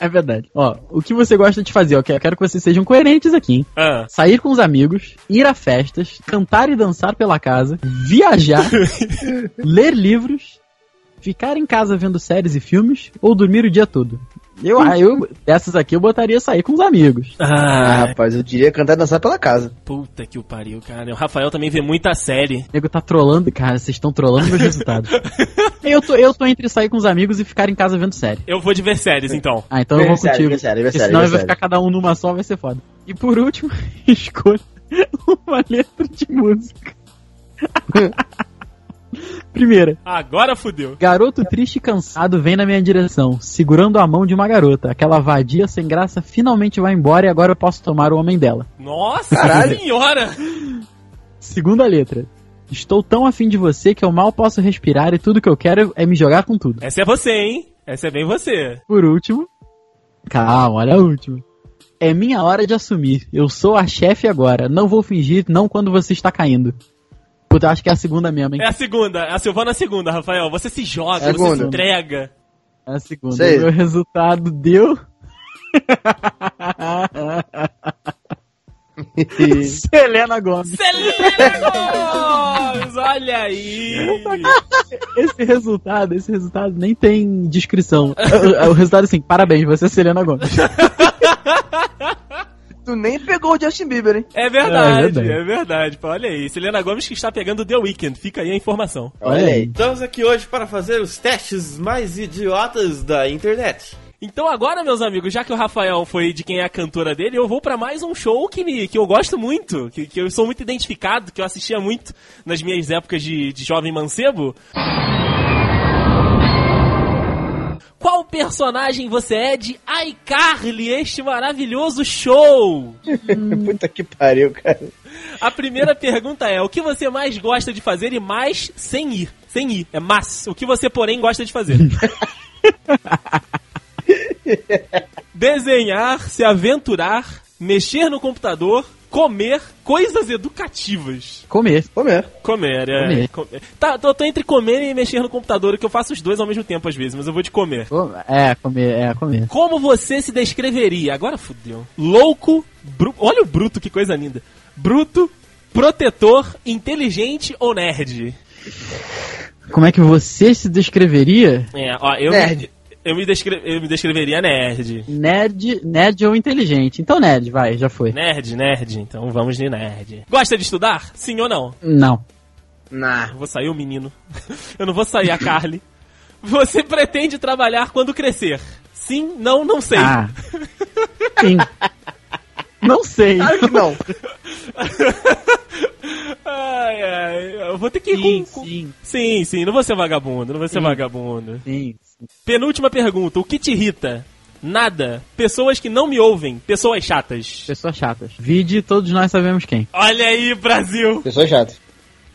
S2: é verdade. Ó, o que você gosta de fazer? Ó, que- eu quero que vocês sejam coerentes aqui, hein?
S3: ah.
S2: Sair com os amigos, ir a festas, cantar e dançar pela casa, viajar, ler livros, ficar em casa vendo séries e filmes ou dormir o dia todo. Eu,
S4: Hum.
S2: ah, eu dessas aqui eu botaria sair com os amigos.
S4: Ah,
S3: Ah,
S4: rapaz, eu diria cantar e dançar pela casa.
S3: puta que o pariu, cara. O Rafael também vê muita série.
S2: O nego tá trolando, cara, vocês estão trolando meus resultados. eu, tô, eu tô entre sair com os amigos e ficar em casa vendo série.
S3: Eu vou de ver séries, então.
S2: Ah, então eu vou
S4: Versário,
S2: contigo.
S4: versário,
S2: porque
S4: versário,
S2: senão vai
S4: versário.
S2: ficar cada um numa só, vai ser foda. E por último, escolha uma letra de música. Primeira.
S3: Agora fudeu.
S2: Garoto triste e cansado vem na minha direção, segurando a mão de uma garota. Aquela vadia sem graça finalmente vai embora e agora eu posso tomar o homem dela.
S3: Nossa
S4: Caralho.
S3: senhora!
S2: Segunda letra. Estou tão afim de você que eu mal posso respirar e tudo que eu quero é me jogar com tudo.
S3: Essa é você, hein? Essa é bem você.
S2: Por último. Calma, olha a última. É minha hora de assumir. Eu sou a chefe agora. Não vou fingir, não quando você está caindo. Puta, acho que é a segunda mesmo, hein?
S3: É a segunda. A Silvana é a segunda, Rafael. Você se joga, você se
S4: Segunda.
S3: entrega.
S2: É a segunda.
S4: Sei.
S2: Meu resultado deu.
S4: 20
S2: Selena Gomes.
S3: Selena Gomes! Olha aí!
S2: Esse resultado, esse resultado nem tem descrição. O, o- o resultado é assim, parabéns, você é Selena Gomes.
S4: Tu nem pegou o Justin Bieber, hein?
S3: É verdade,
S2: É verdade.
S3: é verdade. pô. Olha aí. Selena Gomes que está pegando The Weeknd. Fica aí a informação.
S2: Olha aí.
S5: Estamos aqui hoje para fazer os testes mais idiotas da internet.
S3: Então agora, meus amigos, já que o Rafael foi de quem é a cantora dele, eu vou pra mais um show que, me, que eu gosto muito, que, que eu sou muito identificado, que eu assistia muito nas minhas épocas de, de jovem mancebo. Qual personagem você é de iCarly, este maravilhoso show?
S4: Puta que pariu, cara.
S3: A primeira pergunta é, o que você mais gosta de fazer e mais sem ir? Sem ir, é mas. O que você, porém, gosta de fazer? Desenhar, se aventurar, mexer no computador, Comer coisas educativas.
S2: Comer.
S4: Comer.
S3: Comer,
S2: Comer.
S3: é. Com- Tá, tô, tô entre comer e mexer no computador, que eu faço os dois ao mesmo tempo às vezes, mas eu vou de comer.
S2: Com- É, comer, é, comer.
S3: Como você se descreveria? Agora fudeu. Louco, bru... olha o bruto, que coisa linda. Bruto, protetor, inteligente ou nerd?
S2: Como é que você se descreveria?
S3: É, ó, eu
S4: Nerd.
S3: Me, eu, me descre- eu me descreveria nerd.
S2: Nerd, nerd ou inteligente. Então nerd, vai, já foi.
S3: Nerd, nerd, então vamos de nerd. Gosta de estudar? Sim ou não?
S2: Não.
S4: Nah.
S3: Eu vou sair o menino. Eu não vou sair a Carly. Você pretende trabalhar quando crescer? Sim, não, não sei.
S2: Ah. Sim. Não sei.
S3: Tá
S4: Claro que não.
S3: Ai, ai, eu vou ter que ir
S2: Sim,
S3: com, com-
S2: sim,
S3: Sim, sim, não vou ser vagabundo, não vou ser
S2: Sim.
S3: vagabundo.
S2: sim. sim.
S3: Penúltima pergunta, o que te irrita? Nada. Pessoas que não me ouvem, pessoas chatas.
S2: Pessoas chatas. Vide, todos nós sabemos quem.
S3: Olha aí, Brasil!
S4: Pessoa chata.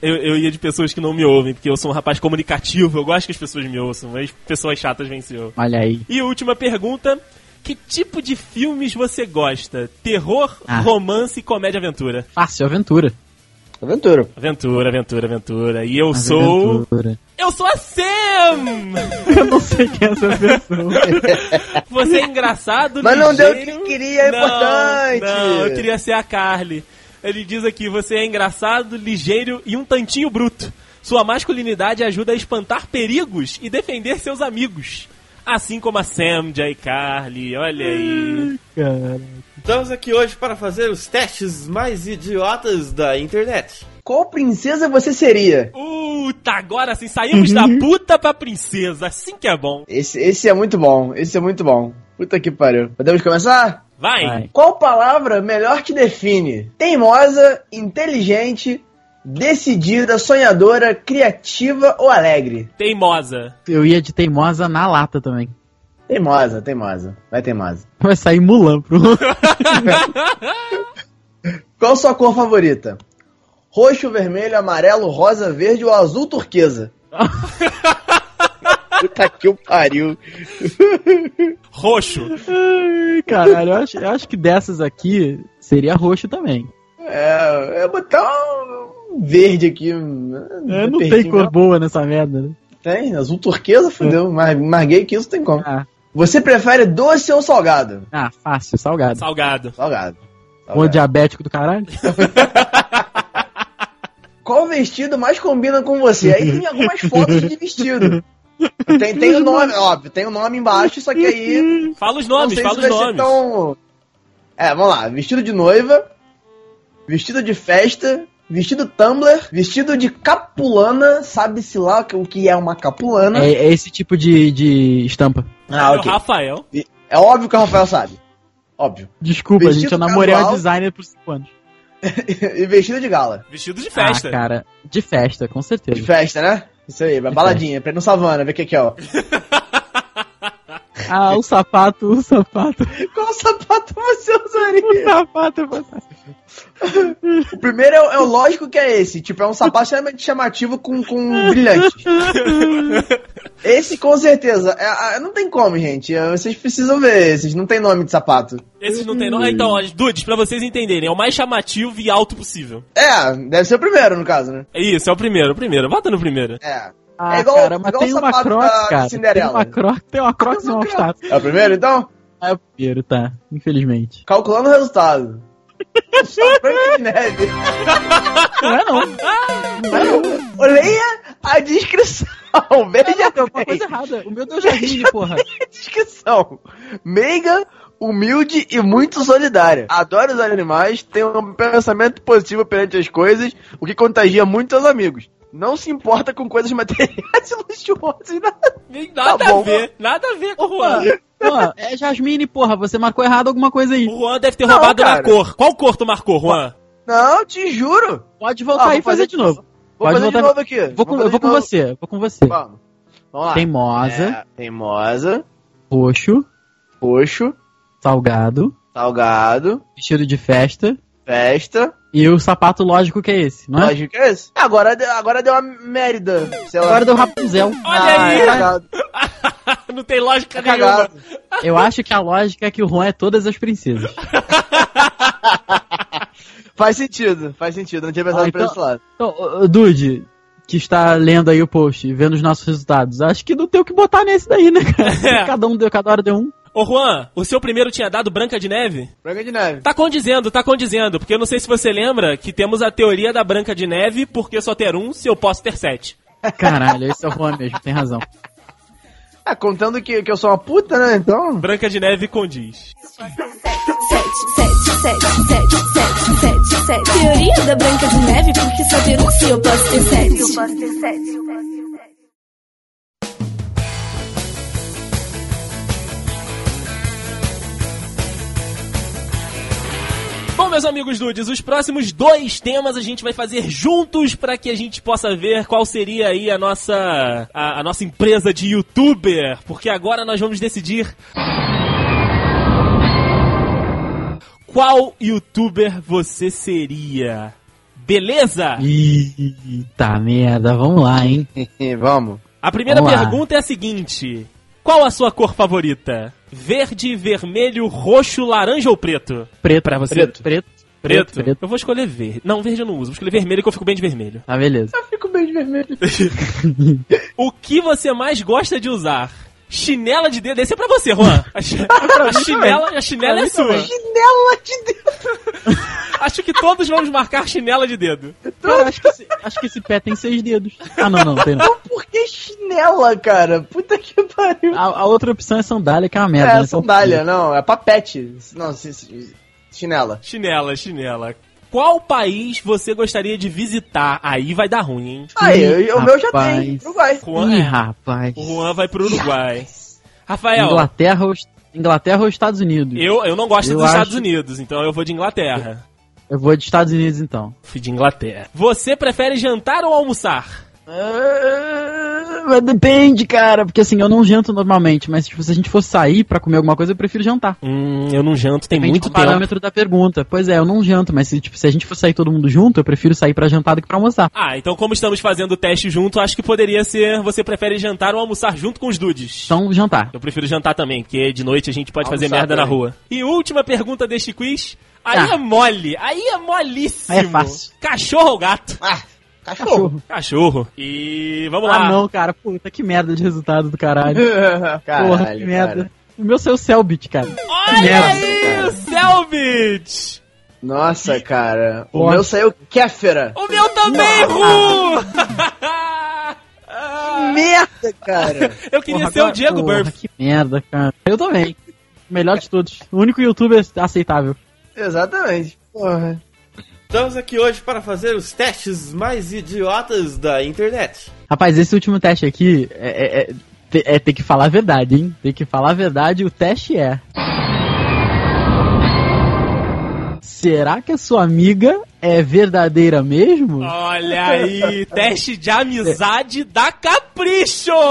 S3: Eu, eu ia de pessoas que não me ouvem, porque eu sou um rapaz comunicativo, eu gosto que as pessoas me ouçam, mas pessoas chatas venceu.
S2: Olha aí.
S3: E última pergunta: que tipo de filmes você gosta? Terror,
S2: Ah.
S3: romance, comédia, aventura?
S2: Fácil, aventura.
S4: Aventura.
S3: Aventura, aventura, aventura. E eu sou.
S2: Aventura.
S3: Eu sou a Sam!
S2: Eu não sei quem é essa pessoa.
S3: Você é engraçado,
S4: Mas não deu o
S3: ligeiro.
S4: que queria, é
S3: Não,
S4: importante.
S3: Não, eu queria ser a Carly. Ele diz aqui: você é engraçado, ligeiro e um tantinho bruto. Sua masculinidade ajuda a espantar perigos e defender seus amigos. Assim como a Sam, Jay Carly, olha aí.
S2: Cara.
S5: Estamos aqui hoje para fazer os testes mais idiotas da internet.
S4: Qual princesa você seria?
S3: Puta, agora sim, saímos da
S2: Uhum.
S3: puta pra princesa. Assim que é bom.
S4: Esse, esse é muito bom. Esse é muito bom. Puta que pariu. Podemos começar?
S3: Vai.
S2: Vai.
S4: Qual palavra melhor te define? Teimosa, inteligente, decidida, sonhadora, criativa ou alegre?
S3: Teimosa.
S2: Eu ia de teimosa na lata também.
S4: Teimosa, teimosa. Vai teimosa.
S2: Vai sair Mulan pro.
S4: Qual sua cor favorita? Roxo, vermelho, amarelo, rosa, verde ou azul turquesa? Puta que o pariu.
S3: Roxo.
S2: Ai, Caralho, eu acho, eu acho que dessas aqui seria roxo também.
S4: É, é botar um verde aqui. um-
S2: É, não
S4: perdi
S2: tem cor
S4: meu-
S2: boa nessa merda. né?
S4: Tem, azul turquesa, fudeu. Mais, mais gay que isso tem como.
S2: Ah,
S4: Você prefere doce ou salgado?
S2: ah, fácil, salgado.
S3: Salgado.
S4: Salgado.
S2: Ou diabético do caralho.
S4: Qual vestido mais combina com você? Aí tem algumas fotos de vestido. Tem, tem o nome, óbvio, tem o nome embaixo, só que aí.
S3: Fala os
S4: Não
S3: nomes,
S4: sei
S3: fala
S4: se
S3: os
S4: vai ser
S3: nomes.
S4: tão. É, vamos lá. Vestido de noiva, vestido de festa, vestido tumbler, vestido de capulana, sabe-se lá o que é uma capulana.
S2: É, é esse tipo de, de estampa.
S4: Ah,
S3: É o Rafael.
S4: É óbvio que o Rafael sabe. Óbvio.
S2: Desculpa,
S4: Vestido
S2: gente, eu namorei
S4: casual.
S2: um designer por 5 anos.
S4: E vestido de gala.
S3: Vestido de
S2: Ah,
S3: festa.
S2: cara, de festa, com certeza.
S4: De festa, né? Isso aí, vai
S2: De
S4: baladinha, pra ir no savana, ver o que que é, ó.
S2: Ah, o sapato, o sapato,
S4: Qual sapato você
S2: o
S4: usaria?
S2: sapato. é eu vou sair.
S4: O primeiro é, o- é o lógico que é esse. Tipo, é um sapato extremamente chamativo com, com brilhante. Esse, com certeza. é- é- não tem como, gente. É, Vocês precisam ver esses. Não tem nome de sapato.
S3: Esses não tem nome. Ah, Então, ó, dudes, pra vocês entenderem, é o mais chamativo e alto possível.
S4: É, deve ser o primeiro, no caso, né?
S3: É isso, é o primeiro, o primeiro. Bota no primeiro.
S4: É.
S2: Ah,
S4: É igual-
S2: cara, mas
S4: igual
S2: tem
S4: o
S2: uma
S4: sapato
S2: crocs,
S4: da
S2: cara. Tem
S4: Cinderela.
S2: uma crocs, tem uma crocs e um
S4: Crocs.
S2: all
S4: É o primeiro, então?
S2: É o primeiro, tá, infelizmente.
S4: Calculando o resultado. Só né? branca de neve.
S2: Não é não,
S4: Leia a descrição. Veja
S2: tem alguma
S4: bem.
S2: coisa errada. O meu Deus Jardim, porra.
S4: descrição. Meiga, humilde e muito solidária. Adora os animais, tem um pensamento positivo perante as coisas, o que contagia muito seus amigos. Não se importa com coisas materiais e luxuosas. né? nada.
S3: Nem Nada
S4: Tá bom.
S3: a ver, nada a ver com o Juan.
S2: Pô, é Jasmine, porra, você marcou errado alguma coisa aí.
S3: O Juan deve ter
S4: Não,
S3: roubado na
S4: cara.
S3: cor. Qual cor tu marcou, Juan?
S4: Não, te juro.
S2: Pode
S4: Ah,
S2: voltar
S4: vou
S2: aí e fazer, de novo.
S4: Vou
S2: Pode
S4: fazer de
S2: voltar-
S4: novo aqui.
S2: Vou com,
S4: fazer
S2: eu vou
S4: de
S2: com
S4: novo.
S2: você, eu vou com você.
S4: Vamos. Vamos lá.
S2: Teimosa,
S4: É, teimosa,
S2: roxo,
S4: roxo,
S2: salgado,
S4: salgado,
S2: vestido de festa
S4: festa.
S2: e o sapato lógico que é esse, não é?
S4: Lógico que é esse. Agora, deu- agora deu uma Mérida. Sei lá.
S2: Agora deu Rapunzel.
S3: Olha
S4: Ah,
S3: aí!
S4: é cagado,
S3: não tem lógica
S4: é cagado.
S3: nenhuma.
S2: Eu acho que a lógica é que o Juan é todas as princesas.
S4: Faz sentido, faz sentido. Não tinha pensado
S2: Ah,
S4: por
S2: então-
S4: esse lado.
S2: Então, ô, ô, Dude, que está lendo aí o post, vendo os nossos resultados, acho que não tem o que botar nesse daí, né,
S3: É.
S2: cara? cada um deu, cada hora deu um.
S3: Ô Juan, o seu primeiro tinha dado Branca de Neve?
S4: Branca de Neve.
S3: Tá condizendo, tá condizendo, porque eu não sei se você lembra que temos a teoria da Branca de Neve, porque só ter um se eu posso ter sete.
S2: Caralho, esse é o Juan mesmo, tem razão.
S4: Ah, contando que, que eu sou uma puta, né? Então.
S3: Branca de Neve condiz.
S6: Teoria da Branca de Neve, porque só ter um se eu posso ter sete. Eu posso ter sete.
S3: Bom, meus amigos dudes, os próximos dois temas a gente vai fazer juntos para que a gente possa ver qual seria aí a nossa a, a nossa empresa de youtuber, porque agora nós vamos decidir qual youtuber você seria. Beleza?
S2: Eita merda, vamos lá, hein?
S4: Vamos.
S3: A primeira
S2: Vamos lá.
S3: pergunta é a seguinte: qual a sua cor favorita? Verde, vermelho, roxo, laranja ou preto?
S2: Preto
S3: Pra você.
S2: Preto. Preto.
S3: Preto.
S2: preto.
S3: Eu vou escolher verde. Não, verde eu não uso. Vou escolher vermelho que eu fico bem de vermelho.
S2: Ah, beleza.
S3: O que você mais gosta de usar? Chinela de dedo. Esse é pra você, Juan. A,
S2: É
S3: chi- a chinela, a chinela é sua.
S4: Chinela de Deus.
S3: Acho que todos vamos marcar chinela de dedo.
S2: Cara, acho, que esse, acho que esse pé tem seis dedos. Ah, não, não, tem não.
S4: Por que chinela, cara? Puta que pariu.
S2: A, a outra opção é sandália, que é uma merda.
S4: É,
S2: né?
S4: sandália, não. É papete. Não, se- se- chinela.
S3: Chinela, chinela. Qual país você gostaria de visitar? Aí vai dar ruim, hein?
S4: Aí, eu- o meu já
S2: rapaz.
S4: tem. Uruguai.
S3: Juan,
S2: Ih,
S3: é,
S2: rapaz.
S3: o Juan vai pro Uruguai. Rafael,
S2: Inglaterra ou, Inglaterra ou Estados Unidos?
S3: É, eu, eu não gosto
S2: Eu
S3: dos
S2: acho-
S3: Estados Unidos, então eu vou de Inglaterra.
S2: Eu vou de Estados Unidos, então.
S3: Fui de Inglaterra. Você prefere jantar ou almoçar?
S2: Ah, mas depende, cara. Porque assim, eu não janto normalmente, mas tipo, se a gente for sair pra comer alguma coisa, eu prefiro jantar.
S3: Hum, eu não janto, tem
S2: Depende
S3: muito
S2: do
S3: tempo.
S2: parâmetro da pergunta. Pois é, eu não janto, mas se, tipo, se a gente for sair todo mundo junto, eu prefiro sair pra jantar do que pra almoçar.
S3: Ah, então como estamos fazendo o teste junto, acho que poderia ser você prefere jantar ou almoçar junto com os dudes.
S2: Então, jantar.
S3: Eu prefiro jantar também, porque de noite a gente pode fazer
S4: Almoçar
S3: merda na
S4: também.
S3: rua. E última pergunta deste quiz. Aí
S2: Ah.
S3: é mole, aí é molíssimo.
S2: Aí é fácil.
S3: Cachorro ou gato?
S4: Ah, cachorro.
S3: Cachorro. E vamos lá.
S2: Ah, não, cara. Puta, que merda de resultado do caralho.
S4: Caralho,
S2: Porra, que merda.
S4: cara.
S2: O meu saiu Selbit, cara.
S3: Olha
S2: Merda,
S3: aí,
S4: cara.
S3: o Selbit!
S4: Nossa, cara. O
S2: Porra.
S4: meu saiu Kéfera.
S3: O meu também, Ru! Ah,
S4: Merda, cara.
S3: Eu queria
S2: Porra,
S3: ser
S2: agora-
S3: o Diego
S2: porra,
S3: Burff.
S2: Que merda, cara. Eu também. Melhor de todos. O único youtuber aceitável.
S4: Exatamente. Porra.
S5: Estamos aqui hoje para fazer os testes mais idiotas da internet.
S2: Rapaz, esse último teste aqui é, é, é, te- é ter que falar a verdade, hein? Tem que falar a verdade, o teste é. Será que a sua amiga é verdadeira mesmo?
S3: Ah. Olha aí, teste de amizade da Capricho!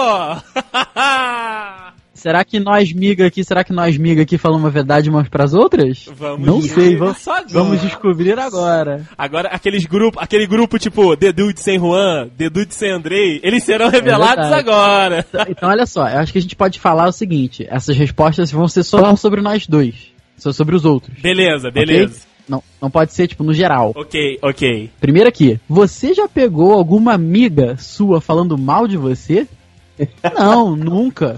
S2: Será que nós miga aqui, será que nós miga aqui falamos a verdade umas pras outras?
S3: Vamos
S2: Não
S3: descobrir
S2: sei, vamos,
S3: isso agora.
S2: vamos descobrir agora.
S3: Agora, aqueles grupo, aquele grupo tipo The Dude sem Juan, The Dude sem Andrei, eles serão revelados
S2: verdade.
S3: agora.
S2: Então, olha só, eu acho que a gente pode falar o seguinte: essas respostas vão ser só sobre nós dois, só sobre os outros.
S3: Beleza,
S2: ok?
S3: beleza.
S2: Não, não pode ser, tipo, no geral.
S3: Ok, ok.
S2: Primeiro aqui, você já pegou alguma amiga sua falando mal de você? Não, nunca.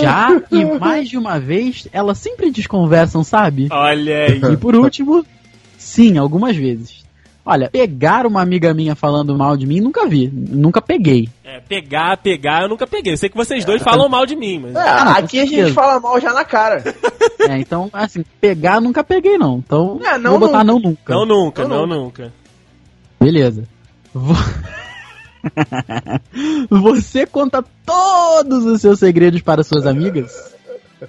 S2: Já e mais de uma vez, elas sempre desconversam, sabe?
S3: Olha aí.
S2: E por último, sim, algumas vezes. Olha, pegar uma amiga minha falando mal de mim, nunca vi, nunca peguei.
S3: É, pegar, pegar, eu nunca peguei. Eu sei que vocês dois falam mal de mim, mas.
S4: É,
S2: Ah, com
S4: aqui a gente
S2: certeza.
S4: fala mal já na cara.
S2: É, então, assim, pegar nunca peguei não. Então,
S4: É, não
S2: vou botar não nunca.
S3: Não nunca, não,
S4: Não
S3: nunca.
S2: Beleza. Vo- Você conta todos os seus segredos para suas amigas?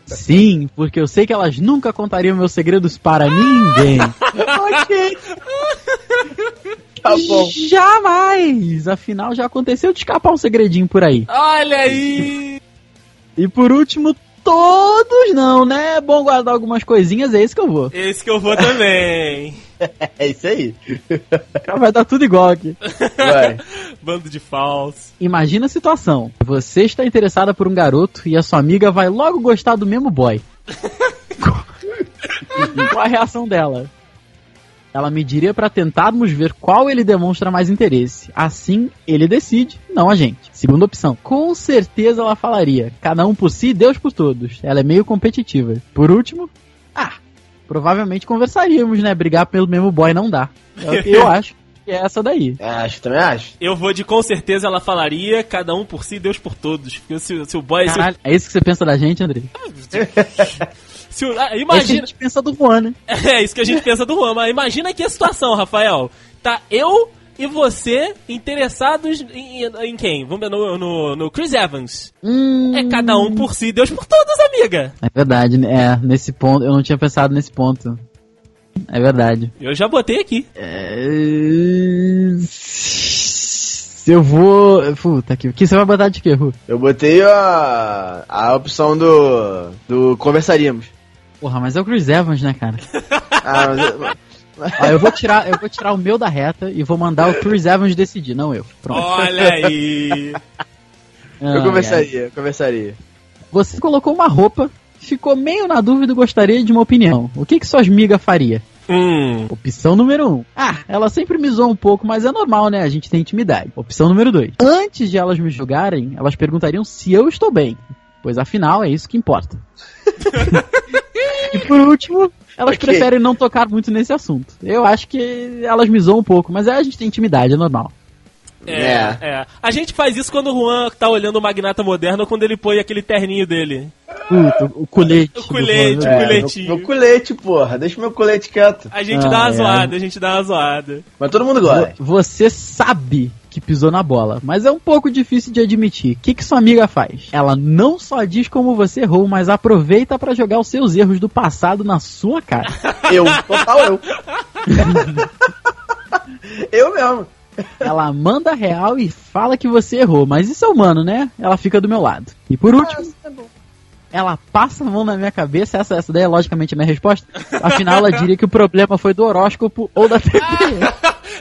S2: Sim, porque eu sei que elas nunca contariam meus segredos para ninguém.
S4: ok. Tá bom.
S2: Jamais! Afinal, já aconteceu de escapar um segredinho por aí.
S3: Olha aí!
S2: E por último, todos não, né? É bom guardar algumas coisinhas, é isso que eu vou.
S3: Esse que eu vou também.
S4: É isso aí.
S2: Vai dar tudo igual aqui.
S4: Vai.
S3: Bando de falso.
S2: Imagina a situação. Você está interessada por um garoto e a sua amiga vai logo gostar do mesmo boy. Qual a reação dela? Ela mediria para tentarmos ver qual ele demonstra mais interesse. Assim, ele decide, não a gente. Segunda opção. Com certeza ela falaria. Cada um por si, Deus por todos. Ela é meio competitiva. Por último, ah, provavelmente conversaríamos, né? Brigar pelo mesmo boy não dá. É o que eu acho que é essa daí.
S4: É, acho, também acho.
S3: Eu vou de com certeza ela falaria, cada um por si, Deus por todos. Porque se, se o boy. Se, o-
S2: Caralho, é isso que você pensa da gente, André?
S3: se o- ah,
S2: É isso que a
S3: imagina.
S2: gente pensa do Juan, né?
S3: É isso que a gente pensa do Juan, mas imagina aqui a situação, Rafael. Tá eu e você interessados em, em- em quem? Vamos ver, no, no, no Chris Evans.
S2: Hum,
S3: É cada um por si, Deus por todos, amiga.
S2: É verdade, né? é, nesse ponto, eu não tinha pensado nesse ponto. É verdade.
S3: Eu já botei aqui.
S2: É... Eu vou. Puta que. que você vai botar de quê, Ru?
S4: Eu botei a, a opção do. do conversaríamos.
S2: Porra, mas é o Chris Evans, né, cara?
S4: Ah, mas-
S2: Ó, eu vou tirar, eu vou tirar o meu da reta e vou mandar o Chris Evans decidir, não eu. Pronto.
S3: Olha aí.
S2: Ai,
S4: eu conversaria, eu conversaria.
S2: ai. Você colocou uma roupa, ficou meio na dúvida e gostaria de uma opinião. O que que suas migas faria?
S3: hum.
S2: Opção número 1. Um. Ah, ela sempre me zoa um pouco, mas é normal, né? A gente tem intimidade. Opção número 2. Antes de elas me julgarem, elas perguntariam se eu estou bem. Pois afinal, é isso que importa. e por último, elas
S4: Ok.
S2: preferem não tocar muito nesse assunto. Eu acho que elas me zoam um pouco, mas é, a gente tem intimidade, é normal.
S3: É, é. A gente faz isso quando o Juan tá olhando o Magnata Moderno ou quando ele põe aquele terninho dele.
S2: Puta, o colete. do-
S3: O colete, o Coletinho.
S4: É, Meu, meu colete, porra. Deixa meu colete quieto.
S3: A gente
S2: Ah,
S3: dá uma
S2: é.
S3: zoada, a gente dá uma zoada.
S4: Mas todo mundo gosta.
S2: Vo- Você sabe que pisou na bola, mas é um pouco difícil de admitir. O que, que sua amiga faz? Ela não só diz como você errou, mas aproveita pra jogar os seus erros do passado na sua cara.
S4: Eu, total eu. eu mesmo.
S2: Ela manda real e fala que você errou, mas isso é humano, né? Ela fica do meu lado. E por último, ela passa a mão na minha cabeça, essa, essa daí é logicamente a minha resposta. Afinal, ela diria que o problema foi do horóscopo ou da TV.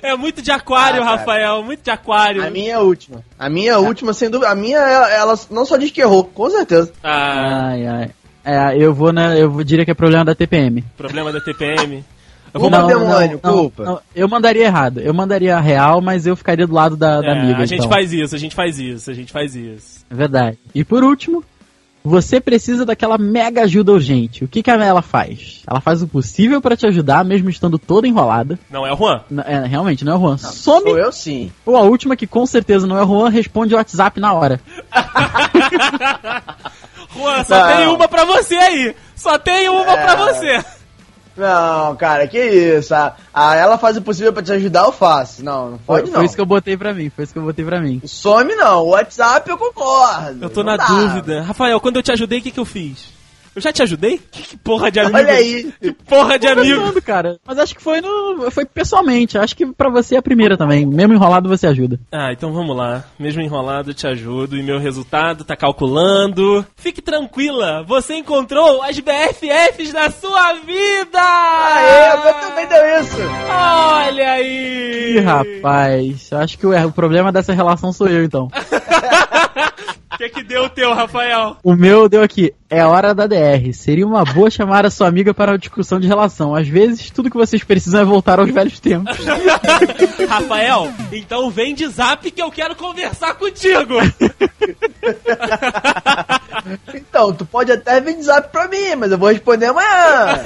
S3: É muito de aquário,
S4: Ah, cara.
S3: Rafael, muito de aquário.
S4: A minha é a última. A minha é a última, sem dúvida. A minha, ela, ela não só diz que errou, com certeza.
S3: Ah,
S2: Ai, ai. É, eu vou, né? Eu vou- diria que é problema da TPM.
S3: problema da TPM. Eu
S4: Vou
S3: vou
S4: Culpa mandar- demônio, culpa.
S2: eu mandaria errado. Eu mandaria a real, mas eu ficaria do lado da, da
S3: É,
S2: amiga.
S3: a gente
S2: então.
S3: faz isso, a gente faz isso, a gente faz isso.
S2: É Verdade. E por último, você precisa daquela mega ajuda urgente. O que, que ela faz? Ela faz o possível pra te ajudar, mesmo estando toda enrolada.
S3: Não é o Juan?
S2: N- é, realmente, não é o Juan. Some,
S4: Sou eu sim.
S2: ou a última, que com certeza não é o Juan, responde o WhatsApp na hora.
S3: Juan, só
S4: Não.
S3: tem uma pra você aí! Só tem uma
S4: É.
S3: pra você!
S4: Não, cara, que isso. A, a- ela faz o possível pra te ajudar, eu faço. Não, não
S2: Foi,
S4: pode
S2: foi
S4: não.
S2: isso que eu botei pra mim. Foi isso que eu botei pra mim.
S4: Some não. O WhatsApp eu concordo.
S3: Eu tô na
S4: Não dá.
S3: dúvida. Rafael, quando eu te ajudei, o que, que eu fiz? Eu já te ajudei? Que, que porra de amigo?
S4: Olha aí.
S3: Que porra de amigo!
S2: Pensando, Tá cara. Mas acho que foi no. Foi pessoalmente. Acho que pra você é a primeira também. Mesmo enrolado, você ajuda.
S3: Ah, então vamos lá. Mesmo enrolado, eu te ajudo. E meu resultado tá calculando. Fique tranquila, você encontrou as BFFs da sua vida!
S4: Aê, É, eu também deu isso.
S3: Olha aí!
S2: Ih, rapaz, eu acho que o, er- o problema dessa relação sou eu, então.
S3: O que, que deu o teu, Rafael?
S2: O meu deu aqui, é hora da DR. Seria uma boa chamar a sua amiga para uma discussão de relação. Às vezes, tudo que vocês precisam é voltar aos velhos tempos.
S3: Rafael, então vem de zap que eu quero conversar contigo!
S4: Então, tu pode até vir de zap pra mim, mas eu vou responder amanhã.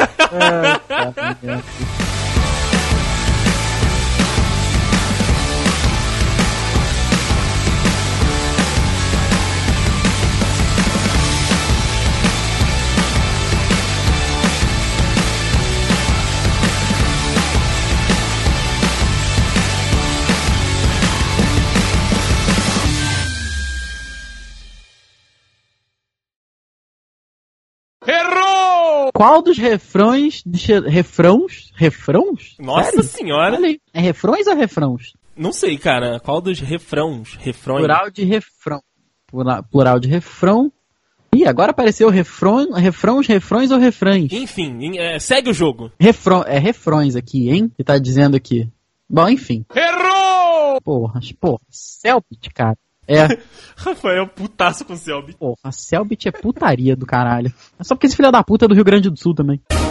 S2: Qual dos refrões. De che- refrões? Refrões?
S3: Nossa
S2: Sério?
S3: senhora!
S2: Olha aí. É refrões ou refrões?
S3: Não sei, cara, qual dos refrões? Refrões?
S2: Plural de refrão. Plura- Plural de refrão. Ih, agora apareceu refrão, refrões, refrões ou refrães?
S3: Enfim, em- é, segue o jogo.
S2: Refrão, é refrões aqui, hein? Que tá dizendo aqui. Bom, enfim. Errou! Porra, porra. Selbit, cara. É,
S3: Rafael, putaço com o Selby.
S2: porra. Selbit é putaria do caralho. É só porque esse filho da puta é do Rio Grande do Sul também.